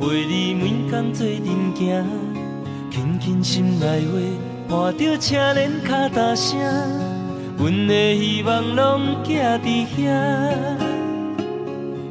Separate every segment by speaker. Speaker 1: 陪你每天做阵行，轻轻心内话，伴着车轮脚踏声，阮的希望拢寄伫遐，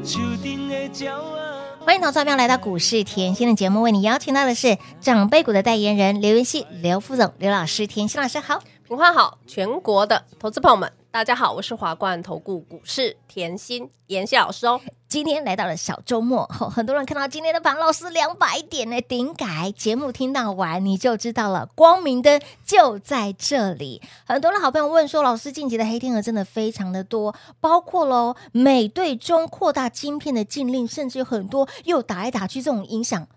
Speaker 1: 树顶的鸟仔。
Speaker 2: 欢迎投资朋友来到股市甜心的节目，为你邀请到的是长辈股的代言人刘云熙、刘副总、刘老师、甜心老师好。
Speaker 3: 平花好，全国的投资朋友们，大家好，我是华冠投顾股市甜心妍希老师哦。
Speaker 2: 今天来到了小周末，吼很多人看到今天的盘老师两百点呢，顶改节目听到完你就知道了，光明灯就在这里。很多的好朋友问说，老师近期的黑天鹅真的非常的多，包括喽美对中扩大晶片的禁令，甚至有很多又打来打去这种影响。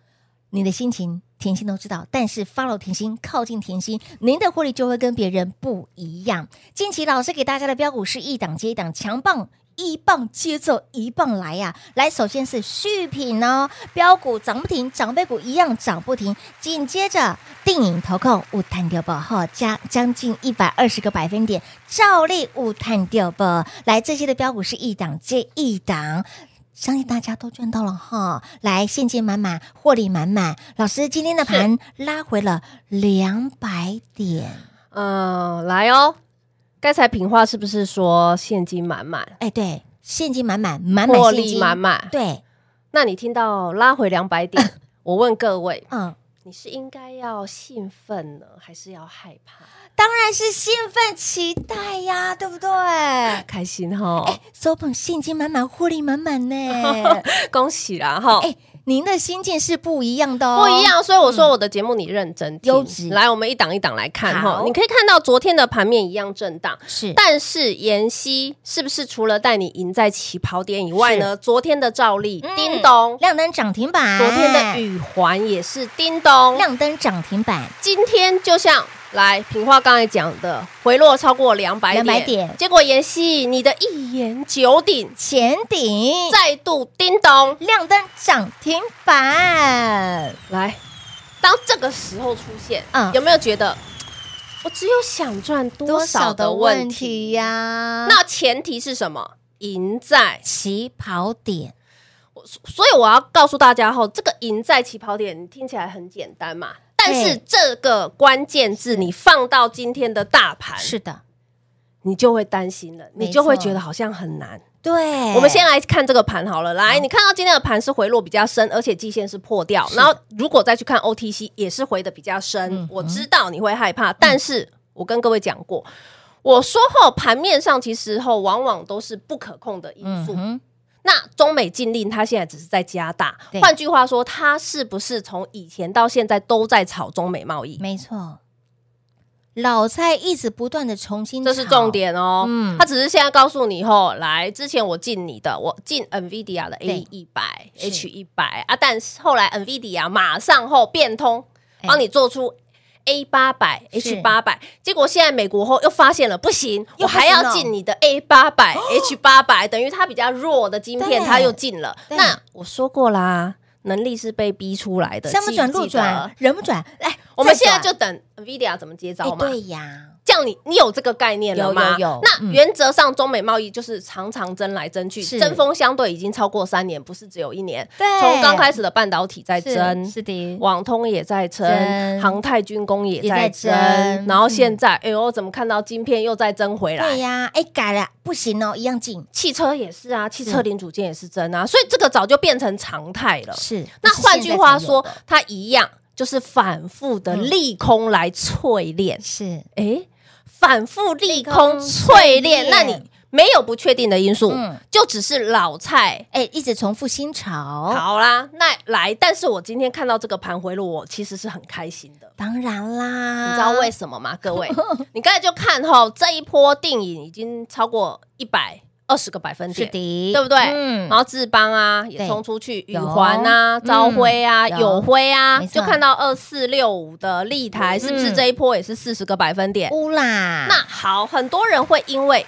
Speaker 2: 你的心情，甜心都知道。但是 follow 甜心，靠近甜心，您的获利就会跟别人不一样。近期老师给大家的标股是一档接一档，强棒。一棒接着一棒来呀、来，首先是续品哦，标股涨不停，长辈股一样涨不停。紧接着定影投控五探掉报哈，加将近一百二十个百分点，照例五探掉报。来，这些的标股是一档接一档，相信大家都赚到了哈！来，现金满满，获利满满。老师，今天的盘拉回了两百点，
Speaker 3: 嗯，来哦。刚才平花是不是说现金满满，
Speaker 2: 哎，对，现金满满，满满
Speaker 3: 获
Speaker 2: 现
Speaker 3: 利
Speaker 2: 金，
Speaker 3: 满满？
Speaker 2: 对，
Speaker 3: 那你听到拉回两百 点，我问各位，
Speaker 2: 嗯，
Speaker 3: 你是应该要兴奋呢，还是要害怕？
Speaker 2: 当然是兴奋期待呀，对不对？
Speaker 3: 开心哦哈、
Speaker 2: 手捧现金满满，获利满满 呢。
Speaker 3: 哎恭喜啦哈！
Speaker 2: 哎，您的心境是不一样的哦，
Speaker 3: 不一。样，所以我说我的节目你认真听
Speaker 2: 优质
Speaker 3: 来，我们一档一档来看哈
Speaker 2: 好，
Speaker 3: 你可以看到昨天的盘面一样震荡，
Speaker 2: 是，
Speaker 3: 但是妍希是不是除了带你赢在起跑点以外呢？昨天的照例，
Speaker 2: 嗯
Speaker 3: 叮咚；
Speaker 2: 亮灯涨停板，
Speaker 3: 昨天的宇环也是叮咚。
Speaker 2: 亮灯涨停板，
Speaker 3: 今天就像来平话刚才讲的，回落超过两百点，嗯
Speaker 2: 200点
Speaker 3: 结果妍希你的一言九鼎
Speaker 2: 前顶，
Speaker 3: 再度叮咚
Speaker 2: 亮灯涨停板。
Speaker 3: 来。当这个时候出现，
Speaker 2: 嗯
Speaker 3: 有没有觉得我只有想赚多少的问题？啊
Speaker 2: 呀、
Speaker 3: 那前提是什么？赢在
Speaker 2: 起跑点
Speaker 3: 所以我要告诉大家后，这个赢在起跑点听起来很简单嘛，但是
Speaker 2: 对
Speaker 3: 这个关键字你放到今天的大盘，
Speaker 2: 是的，
Speaker 3: 你就会担心了，
Speaker 2: 没错哎
Speaker 3: 你就会觉得好像很难。
Speaker 2: 对。
Speaker 3: 我们先来看这个盘好了，来，你看到今天的盘是回落比较深，而且季线是破掉，
Speaker 2: 是的
Speaker 3: 然后如果再去看 OTC 也是回的比较深
Speaker 2: 嗯，
Speaker 3: 我知道你会害怕，但是我跟各位讲过。我说后，盘面上其实后往往都是不可控的因素，
Speaker 2: 嗯哼，
Speaker 3: 那中美禁令它现在只是在加大
Speaker 2: 对，
Speaker 3: 换句话说，它是不是从以前到现在都在炒中美贸易？
Speaker 2: 没错，老蔡一直不断的重新，
Speaker 3: 这是重。点哦，
Speaker 2: 嗯
Speaker 3: 它只是现在告诉你后来之前我进你的，我进 Nvidia 的
Speaker 2: 对
Speaker 3: A 一百
Speaker 2: 是
Speaker 3: H 一百啊，但是后来 Nvidia 马上后变通，
Speaker 2: 哎
Speaker 3: 帮你做出 A 八百
Speaker 2: 是
Speaker 3: H 八百，结果现在美国后又发现了不行，
Speaker 2: 又不行
Speaker 3: 我还
Speaker 2: 了
Speaker 3: 要进你的 A 八百 H 八百，等于它比较弱的晶片
Speaker 2: 对
Speaker 3: 它又进了。
Speaker 2: 对
Speaker 3: 那我说过啦，能力是被逼出来的，
Speaker 2: 山不
Speaker 3: 记
Speaker 2: 转
Speaker 3: 记
Speaker 2: 路
Speaker 3: 得
Speaker 2: 转，人不转，哎，
Speaker 3: 我们
Speaker 2: 再
Speaker 3: 现在
Speaker 2: 转
Speaker 3: 就等 Nvidia 怎么接招
Speaker 2: 哎，
Speaker 3: 嘛。
Speaker 2: 对呀，
Speaker 3: 这样你你有这个概念了吗？
Speaker 2: 有有有
Speaker 3: 那
Speaker 2: 嗯
Speaker 3: 原则上，中美贸易就是常常争来争去，
Speaker 2: 是
Speaker 3: 争锋相对已经超过三年，不是只有一年。
Speaker 2: 对
Speaker 3: 从刚开始的半导体在争。
Speaker 2: 是的，
Speaker 3: 网通也在
Speaker 2: 争
Speaker 3: 争，航太军工也
Speaker 2: 也在
Speaker 3: 在
Speaker 2: 争
Speaker 3: 争，
Speaker 2: 嗯
Speaker 3: 然后现在，哎呦，怎么看到晶片又在争回来？
Speaker 2: 对呀，哎，改了不行哦，一样进，
Speaker 3: 汽车也是啊，汽车零组件也是争啊，所以这个早就变成常态了。
Speaker 2: 是。
Speaker 3: 那
Speaker 2: 是
Speaker 3: 换
Speaker 2: 现
Speaker 3: 句
Speaker 2: 在
Speaker 3: 话
Speaker 2: 才有
Speaker 3: 说
Speaker 2: 的，
Speaker 3: 它一样就是反复的
Speaker 2: 嗯
Speaker 3: 利空来淬炼。
Speaker 2: 是
Speaker 3: 诶，哎反复利空
Speaker 2: 空
Speaker 3: 淬炼
Speaker 2: 淬炼，
Speaker 3: 那你没有不确定的因素，
Speaker 2: 嗯
Speaker 3: 就只是老菜。
Speaker 2: 哎，一直重复新潮，
Speaker 3: 好啦，那来，但是我今天看到这个盘回落，我其实是很开心的。
Speaker 2: 当然啦，
Speaker 3: 你知道 为什么吗？各位，你刚才就看吼，这一波定影已经超过一百二十个百分点，
Speaker 2: 是的
Speaker 3: 对不对？
Speaker 2: 嗯
Speaker 3: 然后志邦啊也
Speaker 2: 对
Speaker 3: 冲出去，宇
Speaker 2: 有
Speaker 3: 环啊、
Speaker 2: 嗯
Speaker 3: 朝晖啊、
Speaker 2: 有
Speaker 3: 友辉啊，
Speaker 2: 没错
Speaker 3: 就看到二四六五的立台，是不是
Speaker 2: 嗯
Speaker 3: 这一波也是四十个百分点？
Speaker 2: 乌啦，
Speaker 3: 那好，很多人会因为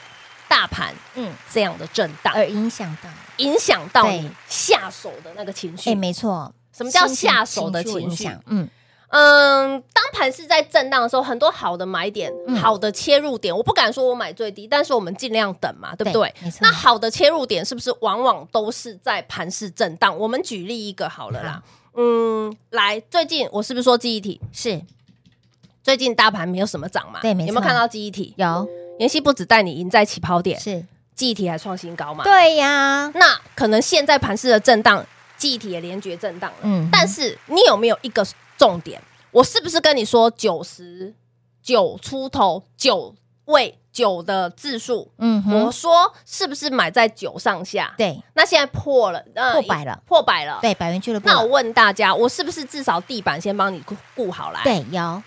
Speaker 3: 大盘
Speaker 2: 嗯，
Speaker 3: 这样的震荡
Speaker 2: 而影响到，
Speaker 3: 影响到
Speaker 2: 对
Speaker 3: 你下手的那个情绪
Speaker 2: 哎，。没错，
Speaker 3: 什么叫
Speaker 2: 心情
Speaker 3: 下手的
Speaker 2: 有
Speaker 3: 情
Speaker 2: 影
Speaker 3: 绪？
Speaker 2: 响？嗯，
Speaker 3: 嗯，当盘是在震荡的时候，很多好的买点、
Speaker 2: 嗯
Speaker 3: 好的切入点，我不敢说我买最低，但是我们尽量等嘛，对不对
Speaker 2: 对没错？
Speaker 3: 那好的切入点是不是往往都是在盘市震荡？我们举例一个好了啦，嗯，来，最近我是不是说记忆体？
Speaker 2: 是
Speaker 3: 最近大盘没有什么涨嘛，
Speaker 2: 对没错
Speaker 3: 有没有看到记忆体？
Speaker 2: 有
Speaker 3: 妍希不止带你赢在起跑点，
Speaker 2: 是，
Speaker 3: 记忆体还创新高嘛？
Speaker 2: 对呀，
Speaker 3: 那可能现在盘市的震荡，记忆体也连绝震荡了。
Speaker 2: 嗯
Speaker 3: 但是你有没有一个重点？我是不是跟你说九十九出头九位九的字数？
Speaker 2: 嗯
Speaker 3: 我
Speaker 2: 哼，
Speaker 3: 说是不是买在九上下？，
Speaker 2: 对
Speaker 3: 那现在破了，呃
Speaker 2: 破百了，
Speaker 3: 破百了。，
Speaker 2: 对，百元俱乐部，
Speaker 3: 那我问大家，我是不是至少地板先帮你顾顾好来？，
Speaker 2: 对有，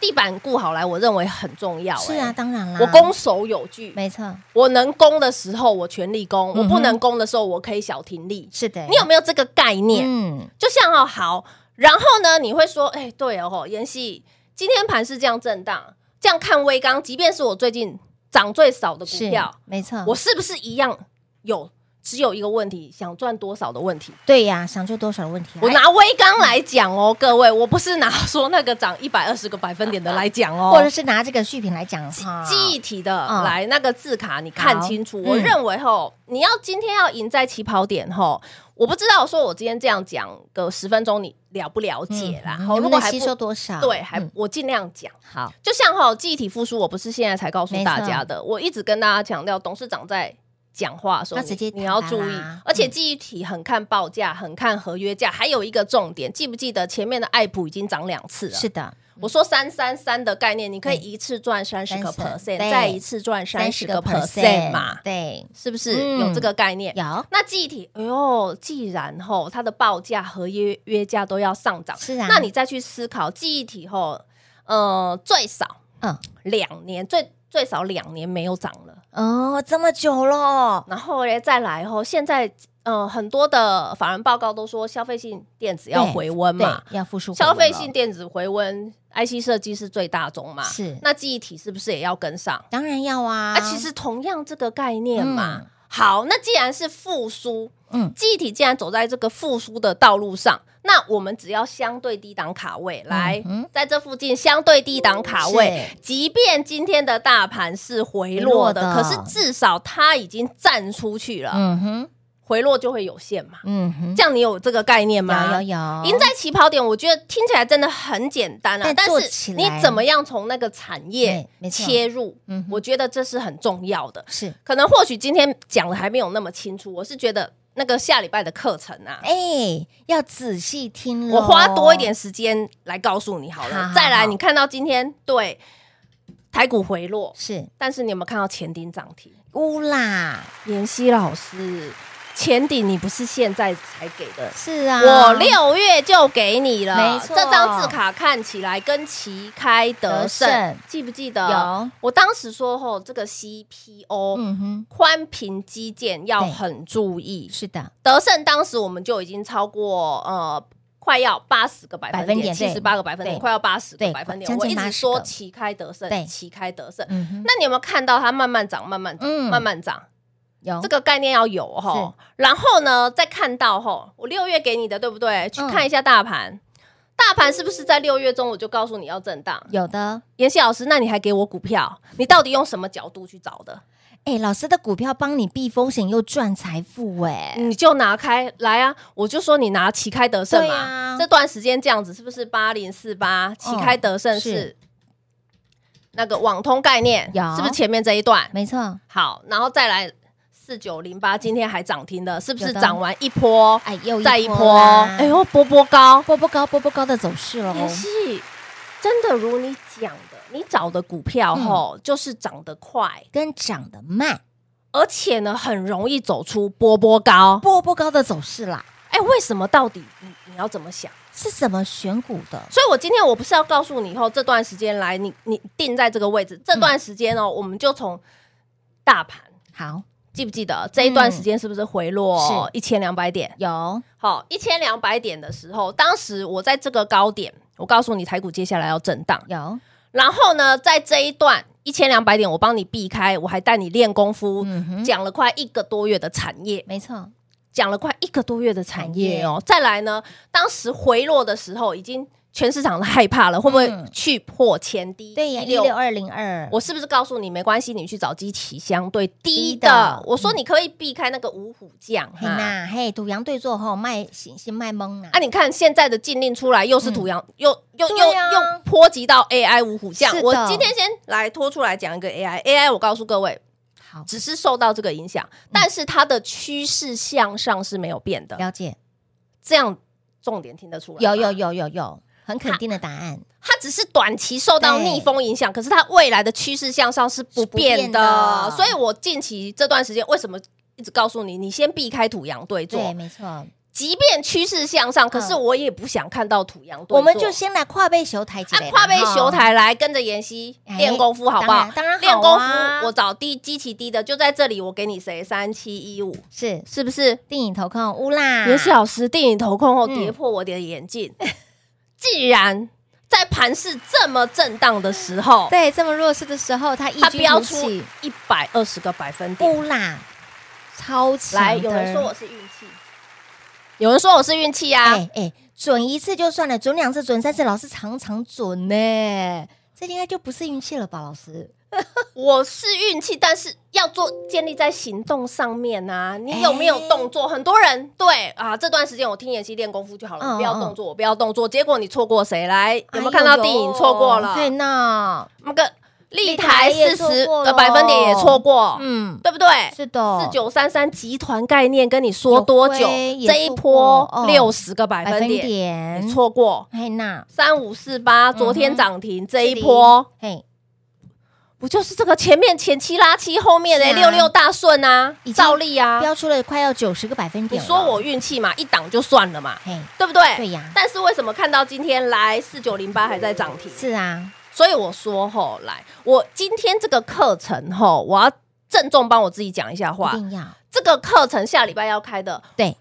Speaker 3: 地板顾好来，我认为很重要、
Speaker 2: 是啊，
Speaker 3: 欸，
Speaker 2: 当然啦，
Speaker 3: 我攻守有据，
Speaker 2: 没错，
Speaker 3: 我能攻的时候我全力攻，我
Speaker 2: 嗯
Speaker 3: 不
Speaker 2: 哼
Speaker 3: 能攻的时候我可以小停力。
Speaker 2: 是的，
Speaker 3: 你有没有这个概念？
Speaker 2: 嗯，
Speaker 3: 就像哦好，然后呢，你会说，哎、对哦，妍希，今天盘是这样震荡，这样看微刚，即便是我最近涨最少的股
Speaker 2: 是
Speaker 3: 票，
Speaker 2: 没错，
Speaker 3: 我是不是一样有只有一个问题，想赚多少的问题？
Speaker 2: 对呀，想就多少的问题，
Speaker 3: 我
Speaker 2: 哎
Speaker 3: 拿微刚来讲哦，各位，我不是拿说那个涨一百二十个百分点的来讲哦，
Speaker 2: 或者是拿这个续品来讲哈，
Speaker 3: 记忆体的、
Speaker 2: 嗯
Speaker 3: 来那个字卡，你看清楚。
Speaker 2: 啊好
Speaker 3: 我
Speaker 2: 嗯
Speaker 3: 认为吼，你要今天要赢在起跑点吼，我不知道说我今天这样讲个十分钟，你了不了解啦？
Speaker 2: 嗯
Speaker 3: 吼
Speaker 2: 能
Speaker 3: 如
Speaker 2: 不
Speaker 3: 果
Speaker 2: 能
Speaker 3: 还
Speaker 2: 吸收
Speaker 3: 不
Speaker 2: 多少？
Speaker 3: 对，还
Speaker 2: 嗯
Speaker 3: 我尽量讲。
Speaker 2: 好，
Speaker 3: 就像吼记忆体复苏，我不是现在才告诉大家的，我一直跟大家强调，董事长在。讲话的时候，
Speaker 2: 要直接
Speaker 3: 你你要
Speaker 2: 坦
Speaker 3: 注
Speaker 2: 白
Speaker 3: 意
Speaker 2: 啦，
Speaker 3: 而且
Speaker 2: 嗯
Speaker 3: 记忆体很看报价，很看合约价，还有一个重点，记不记得前面的爱普已经涨两次了？
Speaker 2: 是的，
Speaker 3: 我说三三三的概念，你可以
Speaker 2: 对
Speaker 3: 一次赚三十个
Speaker 2: 30%
Speaker 3: percent，
Speaker 2: 嗯对
Speaker 3: 再一次赚三十个 percent
Speaker 2: percent
Speaker 3: 嘛，
Speaker 2: 对，
Speaker 3: 是不是
Speaker 2: 嗯
Speaker 3: 有这个概念？
Speaker 2: 有
Speaker 3: 那记忆体，哎呦，既然吼它的报价和约约价都要上涨，
Speaker 2: 是啊
Speaker 3: 那你再去思考记忆体吼，呃，最少
Speaker 2: 嗯
Speaker 3: 两年，最最少两年没有涨了，
Speaker 2: 哦，这么久了，
Speaker 3: 然后嘞再来吼，现在呃很多的法人报告都说消费性电子要
Speaker 2: 对
Speaker 3: 回温
Speaker 2: 对
Speaker 3: 嘛，，
Speaker 2: 要复述
Speaker 3: 消费性
Speaker 2: 回
Speaker 3: 电子回温，IC 设计是最大宗嘛？
Speaker 2: 是
Speaker 3: 那记忆体是不是也要跟上？
Speaker 2: 温了当然要啊，
Speaker 3: 啊，其实同样这个概念嘛。
Speaker 2: 嗯
Speaker 3: 好，那既然是复苏，
Speaker 2: 嗯
Speaker 3: 记忆体既然走在这个复苏的道路上，那我们只要相对低档卡位来，
Speaker 2: 嗯哼
Speaker 3: 在这附近相对低档卡位，即便今天的大盘是回落的，
Speaker 2: 回落
Speaker 3: 可
Speaker 2: 的
Speaker 3: 是至少它已经站出去了，
Speaker 2: 嗯哼，
Speaker 3: 回落就会有限嘛。
Speaker 2: 嗯哼，
Speaker 3: 这样你有这个概念吗？
Speaker 2: 有有有，
Speaker 3: 赢在起跑点，我觉得听起来真的很简单
Speaker 2: 哦
Speaker 3: 啊，
Speaker 2: 但
Speaker 3: 但
Speaker 2: 做
Speaker 3: 是
Speaker 2: 起
Speaker 3: 你
Speaker 2: 来
Speaker 3: 怎么样从那个产业
Speaker 2: 对没错
Speaker 3: 切入
Speaker 2: 嗯，哼
Speaker 3: 我觉得这是很重要的。
Speaker 2: 是
Speaker 3: 可能或许今天讲的还没有那么清楚，我是觉得那个下礼拜的课程啊，
Speaker 2: 哎，要仔细听咯，
Speaker 3: 我花多一点时间来告诉你好
Speaker 2: 好
Speaker 3: 了。
Speaker 2: 好
Speaker 3: 再来，
Speaker 2: 好
Speaker 3: 你看到今天对台股回落，
Speaker 2: 是
Speaker 3: 但是你有没有看到前顶涨停？
Speaker 2: 乌啦，
Speaker 3: 妍希老师，前顶你不是现在才给的，
Speaker 2: 是啊，
Speaker 3: 我六月就给你了，
Speaker 2: 没错
Speaker 3: 这张字卡看起来跟旗开得胜，
Speaker 2: 得胜
Speaker 3: 记不记得？
Speaker 2: 有，
Speaker 3: 我当时说吼，这个 CPO
Speaker 2: 嗯哼，
Speaker 3: 宽屏基建要
Speaker 2: 对
Speaker 3: 很注意。
Speaker 2: 是的，
Speaker 3: 德胜当时我们就已经超过呃。快要八十个百分
Speaker 2: 百
Speaker 3: 点，
Speaker 2: 分点
Speaker 3: 七
Speaker 2: 对
Speaker 3: 十八个百分点，
Speaker 2: 对
Speaker 3: 快要八十个
Speaker 2: 对
Speaker 3: 百分点。
Speaker 2: 将
Speaker 3: 我一
Speaker 2: 近
Speaker 3: 直
Speaker 2: 80
Speaker 3: 说
Speaker 2: 个
Speaker 3: 旗开得胜
Speaker 2: 对，
Speaker 3: 旗开得胜。
Speaker 2: 嗯哼，
Speaker 3: 那你有没有看到它慢慢涨，慢慢涨，
Speaker 2: 嗯
Speaker 3: 慢慢涨？
Speaker 2: 有
Speaker 3: 这个概念要有哈。然后呢，再看到哈，我六月给你的对不对？去看一下大盘，大盘是不是在六月中我就告诉你要震荡？
Speaker 2: 有的，
Speaker 3: 妍希老师，那你还给我股票，你到底用什么角度去找的？
Speaker 2: 哎，老师的股票帮你避风险又赚财富，哎，
Speaker 3: 你就拿开来啊！我就说你拿旗开得胜嘛。
Speaker 2: 对啊
Speaker 3: 这段时间这样子是不是八零四八旗开得胜是？
Speaker 2: 哦是
Speaker 3: 那个网通概念
Speaker 2: 有
Speaker 3: 是不是前面这一段
Speaker 2: 没错，
Speaker 3: 好，然后再来四九零八，今天还涨停的，是不是
Speaker 2: 有的
Speaker 3: 涨完一波？
Speaker 2: 哎，又
Speaker 3: 再一波，哎
Speaker 2: 哎呦，
Speaker 3: 呦，波波高，
Speaker 2: 波波高，波波高的走势哦喽，
Speaker 3: 妍希，真的如你讲的，你找的股票
Speaker 2: 嗯
Speaker 3: 吼、就是涨得快，
Speaker 2: 跟涨得慢，
Speaker 3: 而且呢很容易走出波波高。
Speaker 2: 波波高的走势啦，
Speaker 3: 哎，为什么？到底你你要怎么想？
Speaker 2: 是怎么选股的？
Speaker 3: 所以我今天我不是要告诉你以后这段时间来，嗯你你定在这个位置，这段时间哦，我们就从大盘
Speaker 2: 好，
Speaker 3: 记不记得这一段时间是不嗯是回落
Speaker 2: 是
Speaker 3: 一千两百点？
Speaker 2: 有
Speaker 3: 好，一千两百点的时候，当时我在这个高点，我告诉你台股接下来要震荡。
Speaker 2: 有，
Speaker 3: 然后呢，在这一段一千两百点，我帮你避开，我还带你练功夫，
Speaker 2: 嗯哼，
Speaker 3: 讲了快一个多月的产业，
Speaker 2: 没错，
Speaker 3: 讲了快一个多月的产业哦。再来呢，当时回落的时候，已经全市场都害怕了，会不会
Speaker 2: 嗯
Speaker 3: 去破前低？
Speaker 2: 对呀，一六二零二，
Speaker 3: 我是不是告诉你没关系？你去找基期相对低
Speaker 2: 低的嗯
Speaker 3: 的，我说你可以避开那个五虎将啊
Speaker 2: 嘿
Speaker 3: 哈。
Speaker 2: 呐，嘿，赌羊对坐吼，卖行行卖懵呐
Speaker 3: 啊，，你看现在的禁令出来，又是土洋，又又又
Speaker 2: 嗯对啊
Speaker 3: 又波及到 AI 五虎将
Speaker 2: 是。的
Speaker 3: 我今天先来拖出来讲一个 AI，AI 我告诉各位，
Speaker 2: 好，
Speaker 3: 只是受到这个影响，
Speaker 2: 嗯
Speaker 3: 但是它的趋势向上是没有变的。
Speaker 2: 了解，
Speaker 3: 这样重点听得出来吗，
Speaker 2: 有有有有有，很肯定的答案，
Speaker 3: 它只是短期受到
Speaker 2: 对
Speaker 3: 逆风影响，可是它未来的趋势向上是不
Speaker 2: 是不变
Speaker 3: 变
Speaker 2: 的
Speaker 3: 的。所以我近期这段时间为什么一直告诉你，你先避开土洋对
Speaker 2: 对，
Speaker 3: 坐，
Speaker 2: 没错，
Speaker 3: 即便趋势向上，可是我也不想看到土洋对坐。
Speaker 2: 我们就先来跨背修台阶，
Speaker 3: 啊，跨背修台来跟着妍希
Speaker 2: 哎
Speaker 3: 练功夫好不好？
Speaker 2: 当然当然
Speaker 3: 练
Speaker 2: 好
Speaker 3: 功
Speaker 2: 啊
Speaker 3: 夫，我找低基期低的就在这里，我给你谁三七一五，
Speaker 2: 是
Speaker 3: 是不是？
Speaker 2: 电影投控乌啦，
Speaker 3: 妍希老师电影投控后
Speaker 2: 嗯
Speaker 3: 跌破我的眼镜， 既然在盘市这么震荡的时候，
Speaker 2: 对这么弱势的时候，他一
Speaker 3: 它
Speaker 2: 举
Speaker 3: 飙
Speaker 2: 突
Speaker 3: 出
Speaker 2: 起，
Speaker 3: 一百二十个百分点。
Speaker 2: 乌啦，超强的，
Speaker 3: 来，有人说我是运气，有人说我是运气啊。
Speaker 2: 哎哎，准一次就算了，准两次、准三次，老师常常准呢、这应该就不是运气了吧，老师？
Speaker 3: 我是运气，但是要做建立在行动上面啊。你有没有动作？很多人对啊，这段时间我听妍希练功夫就好了，
Speaker 2: 嗯
Speaker 3: 我不要动
Speaker 2: 嗯
Speaker 3: 作，我不要动作。结果你错过谁？来，有没有
Speaker 2: 哎
Speaker 3: 看
Speaker 2: 呦
Speaker 3: 到电影错过了？
Speaker 2: 对呢，
Speaker 3: 那个立
Speaker 2: 台
Speaker 3: 台
Speaker 2: 也
Speaker 3: 四
Speaker 2: 错
Speaker 3: 十
Speaker 2: 过
Speaker 3: 的
Speaker 2: 了
Speaker 3: 百分点也错过，
Speaker 2: 嗯，
Speaker 3: 对不哦对？
Speaker 2: 是的，
Speaker 3: 四九三三集团概念跟你说多久
Speaker 2: 有亏？也
Speaker 3: 这一
Speaker 2: 错
Speaker 3: 波
Speaker 2: 过哦
Speaker 3: 六十个百
Speaker 2: 百
Speaker 3: 分
Speaker 2: 分
Speaker 3: 点，
Speaker 2: 点
Speaker 3: 你，错过。
Speaker 2: 嘿那
Speaker 3: 三五四八，昨天涨停，这一
Speaker 2: 嗯是的
Speaker 3: 波
Speaker 2: 嘿，
Speaker 3: 不就是这个前面前七拉七，后面
Speaker 2: 是
Speaker 3: 的
Speaker 2: 啊
Speaker 3: 六六大顺啊
Speaker 2: 已经，
Speaker 3: 照例啊。
Speaker 2: 标出了快要九十个百分
Speaker 3: 你
Speaker 2: 点了。
Speaker 3: 说我运气嘛，一档就算了嘛，
Speaker 2: 嘿，
Speaker 3: 对不对？
Speaker 2: 对呀
Speaker 3: 但是为什么看到今天来四九零八还在涨停？
Speaker 2: 是啊，
Speaker 3: 所以我说后来，我今天这个课程吼，我要郑重帮我自己讲一下
Speaker 2: 一
Speaker 3: 话。
Speaker 2: 定要
Speaker 3: 这个课程下礼拜要开的，
Speaker 2: 对，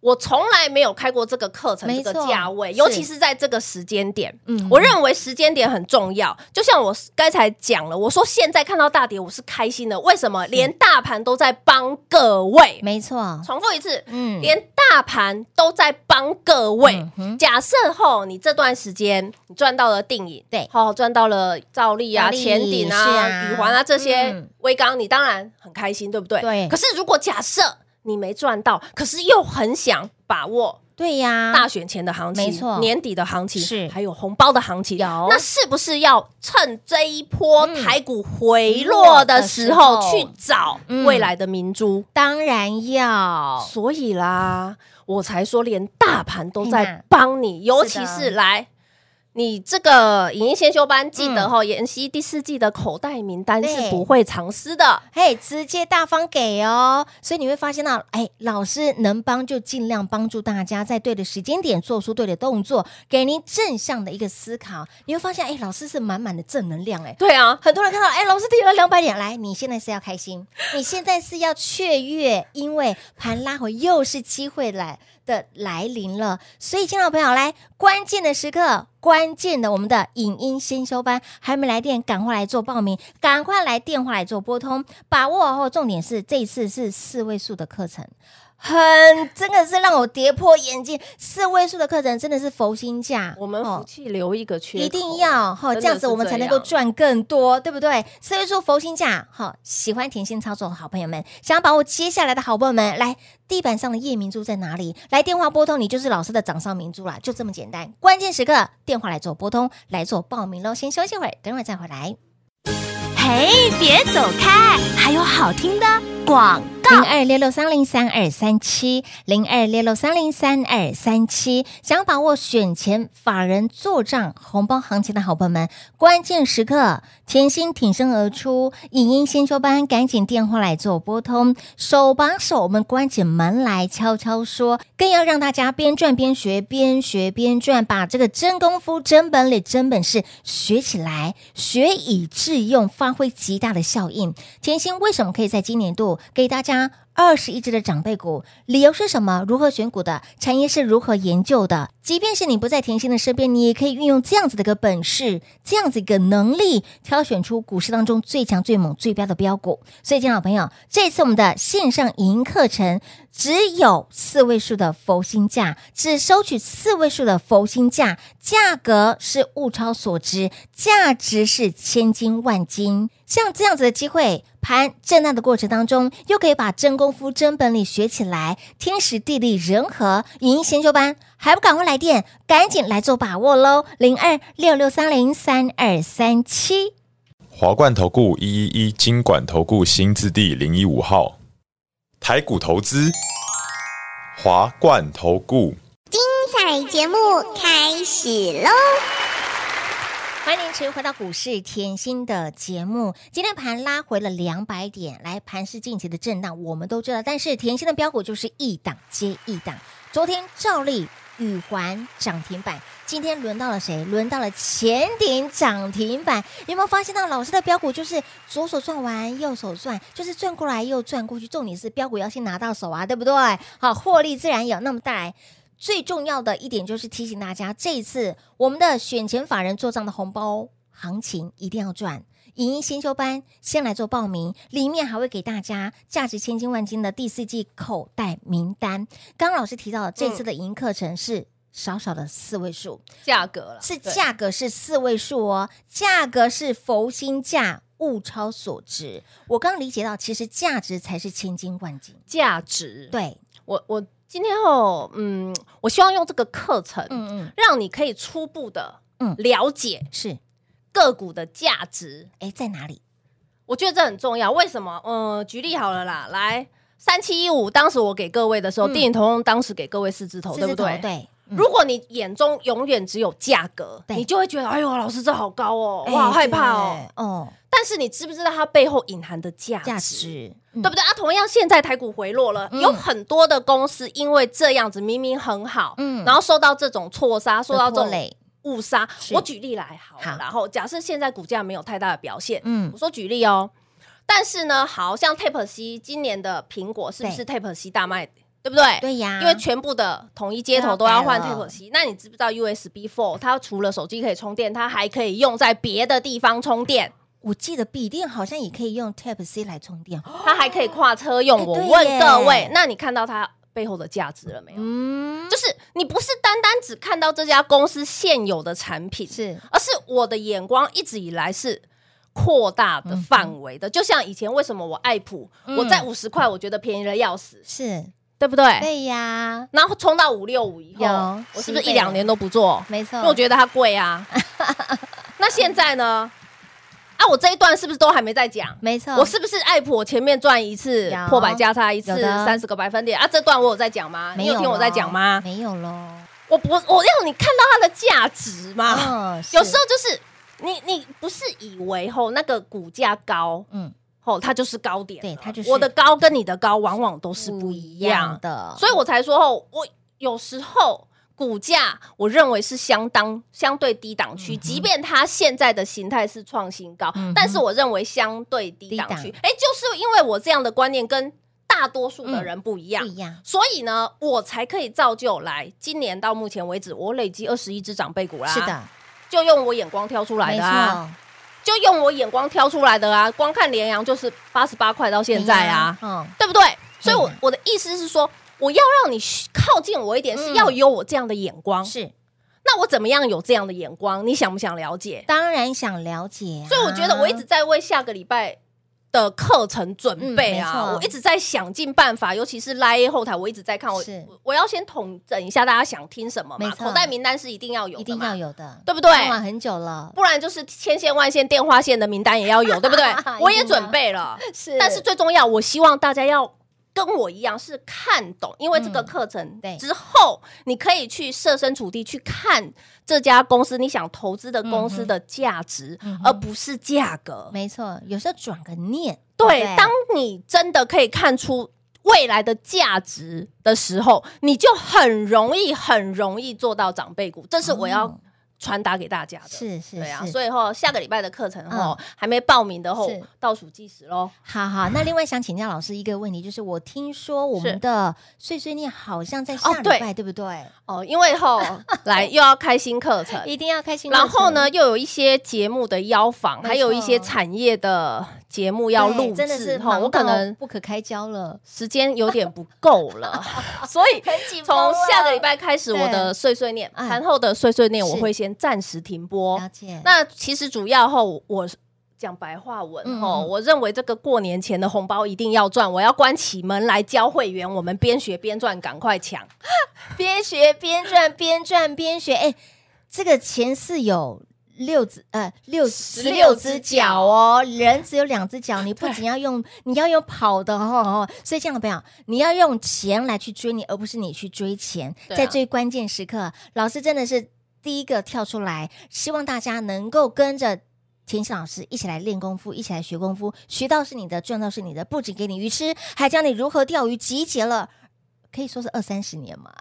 Speaker 3: 我从来没有开过这个课程
Speaker 2: 没
Speaker 3: 这个
Speaker 2: 错
Speaker 3: 价位，
Speaker 2: 是
Speaker 3: 尤其是在这个时间点。
Speaker 2: 嗯
Speaker 3: 我认为时间点很重要，就像我刚才讲了，我说现在看到大跌我是开心的，为什么？连大盘都在帮各位，
Speaker 2: 没错，
Speaker 3: 重复一次，
Speaker 2: 嗯，
Speaker 3: 连大盘都在帮各位
Speaker 2: 嗯。哼
Speaker 3: 假设吼，你这段时间你赚到了定影，
Speaker 2: 对
Speaker 3: 好赚到了兆利啊、
Speaker 2: 兆利
Speaker 3: 前顶
Speaker 2: 是
Speaker 3: 啊、
Speaker 2: 啊
Speaker 3: 宇环啊这些
Speaker 2: 嗯
Speaker 3: 微刚，你当然很开心，对不对？
Speaker 2: 对
Speaker 3: 可是如果假设你没赚到，可是又很想把握
Speaker 2: 对呀，
Speaker 3: 大选前的行情，
Speaker 2: 没错
Speaker 3: 年底的行情
Speaker 2: 是
Speaker 3: 还有红包的行情，
Speaker 2: 有
Speaker 3: 那是不是要趁这一波
Speaker 2: 嗯
Speaker 3: 台股回落的时候
Speaker 2: 回落的时
Speaker 3: 去
Speaker 2: 候
Speaker 3: 找
Speaker 2: 嗯
Speaker 3: 未来的明珠？
Speaker 2: 当然要，
Speaker 3: 所以啦，我才说连大盘都
Speaker 2: 哎呀
Speaker 3: 在帮你，尤其
Speaker 2: 是
Speaker 3: 是来。你这个影音先修班，记得哈、妍希第四季的口袋名单
Speaker 2: 嗯对
Speaker 3: 是不会藏私的。
Speaker 2: 嘿，直接大方给哦。所以你会发现到，哎，老师能帮就尽量帮助大家，在对的时间点做出对的动作，给您正向的一个思考。你会发现，哎，老师是满满的正能量，哎。
Speaker 3: 对啊，
Speaker 2: 很多人看到，哎，老师跌了两百点，来，你现在是要开 心，你现在是要雀跃，因为盘拉回又是机会来的来临了。所以，亲爱的朋友，来关键的时刻，关键的我们的影音先修班还没来电，赶快来做报名，赶快来电话来做拨通，把握哦。重点是这一次是四位数的课程。很真的是让我跌破眼镜，四位数的课程真的是佛心价，
Speaker 3: 我们
Speaker 2: 哦
Speaker 3: 福气留一个缺口，
Speaker 2: 一定要哈，
Speaker 3: 真的
Speaker 2: 这样子
Speaker 3: 是
Speaker 2: 我们
Speaker 3: 这
Speaker 2: 才能够
Speaker 3: 样
Speaker 2: 赚更多，对不对？所以说佛心价，好，喜欢甜心操作的好朋友们，想要把握接下来的好朋友们，来地板上的夜明珠在哪里？来电话拨通，你就是老师的掌上明珠啦，就这么简单。关键时刻电话来做拨通，来做报名喽。先休息会儿，等会儿再回来。
Speaker 4: 嘿，别走开，还有好听的广告。告
Speaker 2: 零。二六六三零三二三七，零二六六三零三二三七。想把握选前法人做账红包行情的好朋友们，关键时刻甜心挺身而出，影音先修班赶紧电话来做拨通，手把手我们关起门来悄悄说，更要让大家边赚边学，边学边赚，把这个真功夫、真本领、真本事学起来，学以致用，发挥极大的效应。甜心为什么可以在今年度给大家二十一只的长辈股？理由是什么？如何选股的？产业是如何研究的？即便是你不在甜心的身边，你也可以运用这样子的一个本事，这样子一个能力，挑选出股市当中最强、最猛、最标的标股。所以，亲爱的朋友，这次我们的线上影音课程只有四位数的佛心价，只收取四位数的佛心价，价格是物超所值，价值是千金万金。像这样子的机会，盘震荡的过程当中，又可以把真功夫、真本领学起来，天时地利人和，影音先修班，还不赶快来电，赶紧来做把握喽！零二六六三零三二三七。
Speaker 5: 华冠投顾一一一金管投顾新字第零一五号，台股投资，华冠投顾。
Speaker 6: 彩节目开始喽！
Speaker 2: 欢迎您持续回到股市甜心的节目。今天盘拉回了两百点，来盘是近期的震荡，我们都知道。但是甜心的标股就是一档接一档。昨天照例宇环涨停板，今天轮到了谁？轮到了前顶涨停板。有没有发现到老师的标股就是左手转完右手转，就是转过来又转过去？重点是标股要先拿到手啊，对不对？好，获利自然有。那么带来最重要的一点就是提醒大家，这一次我们的选前法人做账的红包行情一定要赚。影音先修班先来做报名，里面还会给大家价值千金万金的第四季口袋名单。刚刚老师提到，这次的影音课程是少少的四位数，
Speaker 3: 价格了，
Speaker 2: 是
Speaker 3: 对
Speaker 2: 价格是四位数哦，价格是佛心价，物超所值。我刚理解到，其实价值才是千金万金。
Speaker 3: 价值。，
Speaker 2: 对，
Speaker 3: 我我今天哦，嗯，我希望用这个课程，
Speaker 2: 嗯嗯，
Speaker 3: 让你可以初步的
Speaker 2: 嗯
Speaker 3: 了解
Speaker 2: 是，
Speaker 3: 个股的价值，
Speaker 2: 哎，在哪里？
Speaker 3: 我觉得这很重要。为什么？嗯、举例好了啦，来三七一五，当时我给各位的时候，
Speaker 2: 嗯
Speaker 3: 电影同当时给各位四字头，哦对
Speaker 2: 狮
Speaker 3: 不
Speaker 2: 子头
Speaker 3: 对？。
Speaker 2: 对，嗯
Speaker 3: 如果你眼中永远只有价格，
Speaker 2: 对
Speaker 3: 你就会觉得，哎呦，老师这好高哦，
Speaker 2: 哎
Speaker 3: 我好害怕哦。
Speaker 2: 对哦，
Speaker 3: 但是你知不知道它背后隐含的价值？
Speaker 2: 价值嗯对
Speaker 3: 对不对啊？同样，现在台股回落了，
Speaker 2: 嗯
Speaker 3: 有很多的公司因为这样子明明很好，
Speaker 2: 嗯
Speaker 3: 然后受到这种错杀，受到这种
Speaker 2: 累，
Speaker 3: 误杀。
Speaker 2: 是
Speaker 3: 我举例来好了
Speaker 2: 好
Speaker 3: 然后假设现在股价没有太大的表现，
Speaker 2: 嗯
Speaker 3: 我说举例哦。但是呢，好像 Tape C 今年的苹果是不是 Tape C 大卖，对不对？
Speaker 2: 对呀，
Speaker 3: 因为全部的统一接头
Speaker 2: 都
Speaker 3: 都
Speaker 2: 要
Speaker 3: 要
Speaker 2: 改了
Speaker 3: 换 Type C，那你知不知道 USB Four 它除了手机可以充电，它还可以用在别的地方充电，
Speaker 2: 我记得笔电好像也可以用 Type C 来充电，
Speaker 3: 它还可以跨车用。
Speaker 2: 哎
Speaker 3: 我
Speaker 2: 对耶
Speaker 3: 问各位，那你看到它背后的价值了没有？
Speaker 2: 嗯，
Speaker 3: 就是你不是单单只看到这家公司现有的产品，
Speaker 2: 是
Speaker 3: 而是我的眼光一直以来是扩大的范围的。就像以前为什么我爱普，
Speaker 2: 嗯
Speaker 3: 我在五十块我觉得便宜的要死，
Speaker 2: 是，
Speaker 3: 对不对？
Speaker 2: 对呀，
Speaker 3: 然后冲到五六五以后
Speaker 2: 有，
Speaker 3: 我是
Speaker 2: 十
Speaker 3: 不是
Speaker 2: 倍
Speaker 3: 一两年都不做？
Speaker 2: 没错，
Speaker 3: 因为我觉得它贵 啊。那现在呢？啊，我这一段是不是都还没在讲？
Speaker 2: 没错，
Speaker 3: 我是不是爱普我前面赚一次
Speaker 2: 有
Speaker 3: 破百加差一
Speaker 2: 有
Speaker 3: 次
Speaker 2: 的
Speaker 3: 三十个百分点啊？这段我有在讲吗？你
Speaker 2: 没啊
Speaker 3: 有听我在
Speaker 2: 咯
Speaker 3: 讲吗？
Speaker 2: 没有喽，
Speaker 3: 我不，我要你看到它的价值嘛。
Speaker 2: 嗯，
Speaker 3: 啊有时
Speaker 2: 是
Speaker 3: 候就是你你不是以为吼那个股价高
Speaker 2: 嗯
Speaker 3: 吼它就是高点了，
Speaker 2: 对它就是
Speaker 3: 我的高跟你的高往往都是不一样，
Speaker 2: 的，
Speaker 3: 所以我才说吼，我有时候。股价我认为是相当相对低档区，即便它现在的形态是创新高，
Speaker 2: 嗯嗯哼
Speaker 3: 但是我认为相对低档
Speaker 2: 低
Speaker 3: 区。哎，就是因为我这样的观念跟大多数的
Speaker 2: 嗯
Speaker 3: 人不一
Speaker 2: 以
Speaker 3: 样
Speaker 2: 不，一样，
Speaker 3: 所以呢，我才可以造就来。今年到目前为止，我累积二十一只长辈股啦，
Speaker 2: 是，的，
Speaker 3: 就用我眼光挑出来
Speaker 2: 没
Speaker 3: 的啊，
Speaker 2: 错，
Speaker 3: 就用我眼光挑出来的啊。光看联阳就是八十八块到现在啊，
Speaker 2: 哎呀，
Speaker 3: 对不对？所以我，
Speaker 2: 对呀
Speaker 3: 我的意思是说，我要让你靠近我一点，是要有我这样的眼光。
Speaker 2: 嗯，是，
Speaker 3: 那我怎么样有这样的眼光？你想不想了解？
Speaker 2: 当然想了解啊，
Speaker 3: 所以我觉得我一直在为下个礼拜的课程准备
Speaker 2: 嗯没
Speaker 3: 啊，
Speaker 2: 错
Speaker 3: 我一直在想尽办法，尤其是拉 A 后台，我一直在看，我
Speaker 2: 是
Speaker 3: 我我要先统整一下大家想听什么
Speaker 2: 没
Speaker 3: 嘛，
Speaker 2: 错
Speaker 3: 口袋名单是一定要有
Speaker 2: 一
Speaker 3: 的
Speaker 2: 定要
Speaker 3: 嘛，
Speaker 2: 有的，
Speaker 3: 对不对？
Speaker 2: 看完很久了，
Speaker 3: 不然就是千线万线电话线的名单也要有，对不对
Speaker 2: 一定？要
Speaker 3: 我也准备了，
Speaker 2: 是
Speaker 3: 但是最重要，我希望大家要跟我一样是看懂，因为这个课程
Speaker 2: 嗯对
Speaker 3: 之后，你可以去设身处地去看这家公司你想投资的公司的价值，
Speaker 2: 嗯
Speaker 3: 而不是价格。
Speaker 2: 没错，有时候转个念，
Speaker 3: 对，
Speaker 2: 不
Speaker 3: 当你真的可以看出未来的价值的时候，你就很容易、很容易做到长辈股。这是我要
Speaker 2: 哦
Speaker 3: 传达给大家的。
Speaker 2: 是是
Speaker 3: 对啊，
Speaker 2: 是嗯
Speaker 3: 所以吼，下个礼拜的课程吼，还没报名的吼
Speaker 2: 是，
Speaker 3: 倒数计时喽。
Speaker 2: 好好，那另外想请教老师一个问题，就是我听说我们
Speaker 3: 是
Speaker 2: 的碎碎念好像在
Speaker 3: 哦
Speaker 2: 下礼
Speaker 3: 对
Speaker 2: 拜，对不对？
Speaker 3: 哦，因 为吼，来又要开新课程，
Speaker 2: 一定要开心。
Speaker 3: 然后呢，，又有一些节目的邀访，
Speaker 2: 没
Speaker 3: 还有一些
Speaker 2: 错
Speaker 3: 产业的节目要
Speaker 2: 对
Speaker 3: 录
Speaker 2: 真的是
Speaker 3: 制吼，我
Speaker 2: 忙
Speaker 3: 可
Speaker 2: 到
Speaker 3: 能
Speaker 2: 不可开交了，
Speaker 3: 时间有点不够 了，所以从下个礼拜开始，
Speaker 2: 对
Speaker 3: 我的碎碎念
Speaker 2: 哎
Speaker 3: 盘后的碎碎念，
Speaker 2: 是
Speaker 3: 我会先暂时停播
Speaker 2: 了。解。
Speaker 3: 哦那其实主要后我。讲白话文
Speaker 2: 嗯
Speaker 3: 哦，
Speaker 2: 嗯
Speaker 3: 我认为这个过年前的红包一定要赚，我要关起门来教会员，我们边学边赚，赶快抢！
Speaker 2: 边学边赚，边赚边学。哎，这个前四有六只呃六十六只脚哦，人只有两只脚，你不仅要用，你要用跑的哦哦。所以这样的朋友，你要用钱来去追你，而不是你去追钱。
Speaker 3: 对啊
Speaker 2: 在最关键时刻，老师真的是第一个跳出来，希望大家能够跟着。田心老师一起来练功夫，一起来学功夫，学到是你的，赚到是你的，不仅给你鱼吃，还教你如何钓鱼，集结了可以说是二三十年 嘛，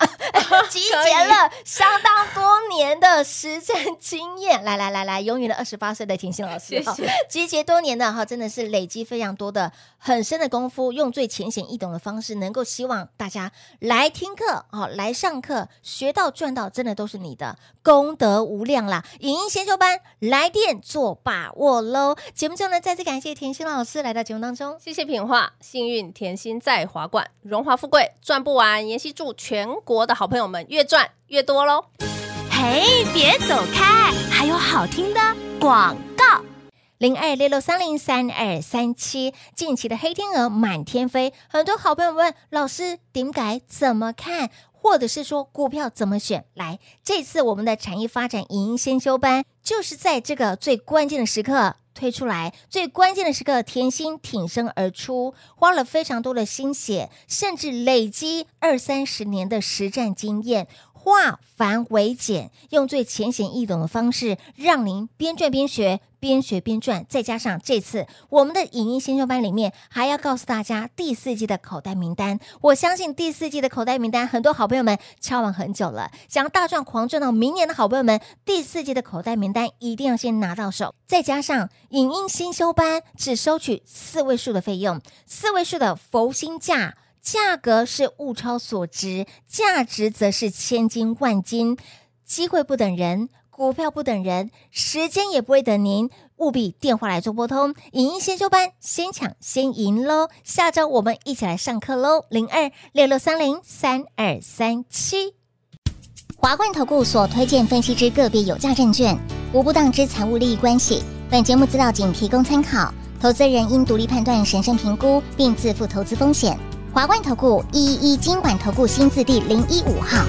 Speaker 2: 集结了相当多年的实战经验。来来来来，永远的二十八岁的田心老师，
Speaker 3: 谢谢
Speaker 2: 哦集结多年的哈，真的是累积非常多的很深的功夫，用最浅显易懂的方式，能够希望大家来听课哦，来上课，学到赚到，真的都是你的，功德无量啦！影音先修班来电做把握喽！节目中呢，再次感谢田心老师来到节目当中。
Speaker 3: 谢谢品画，幸运甜心在华冠，荣华富贵赚不完。妍希祝全国的好朋友们越赚越多喽！
Speaker 4: 嘿，别走开，还有好听的广告。
Speaker 2: 零二六六三零三二三七，近期的黑天鹅满天飞，很多好朋友问老师顶改怎么看，或者是说股票怎么选？来，这次我们的产业发展营先修班，就是在这个最关键的时刻。推出来最关键的时刻，甜心挺身而出，花了非常多的心血，甚至累积二三十年的实战经验，化繁为简，用最浅显易懂的方式，让您边赚边学，边学边赚。再加上这次我们的影音先修班里面，还要告诉大家第四季的口袋名单。我相信第四季的口袋名单，很多好朋友们敲完很久了，想要大赚狂赚到明年的好朋友们，第四季的口袋名单一定要先拿到手。再加上影音先修班，只收取四位数的费用，四位数的佛心价。价格是物超所值，价值则是千金万金。机会不等人，股票不等人，时间也不会等您，务必电话来做拨通。影音先修班，先抢先赢喽！下周我们一起来上课喽，零二六六三零三二三七。
Speaker 6: 华冠投顾所推荐分析之个别有价证券，无不当之财务利益关系。本节目资料仅提供参考，投资人应独立判断、审慎评估，并自负投资风险。华冠投顾一一一金管投顾新字第零一五号。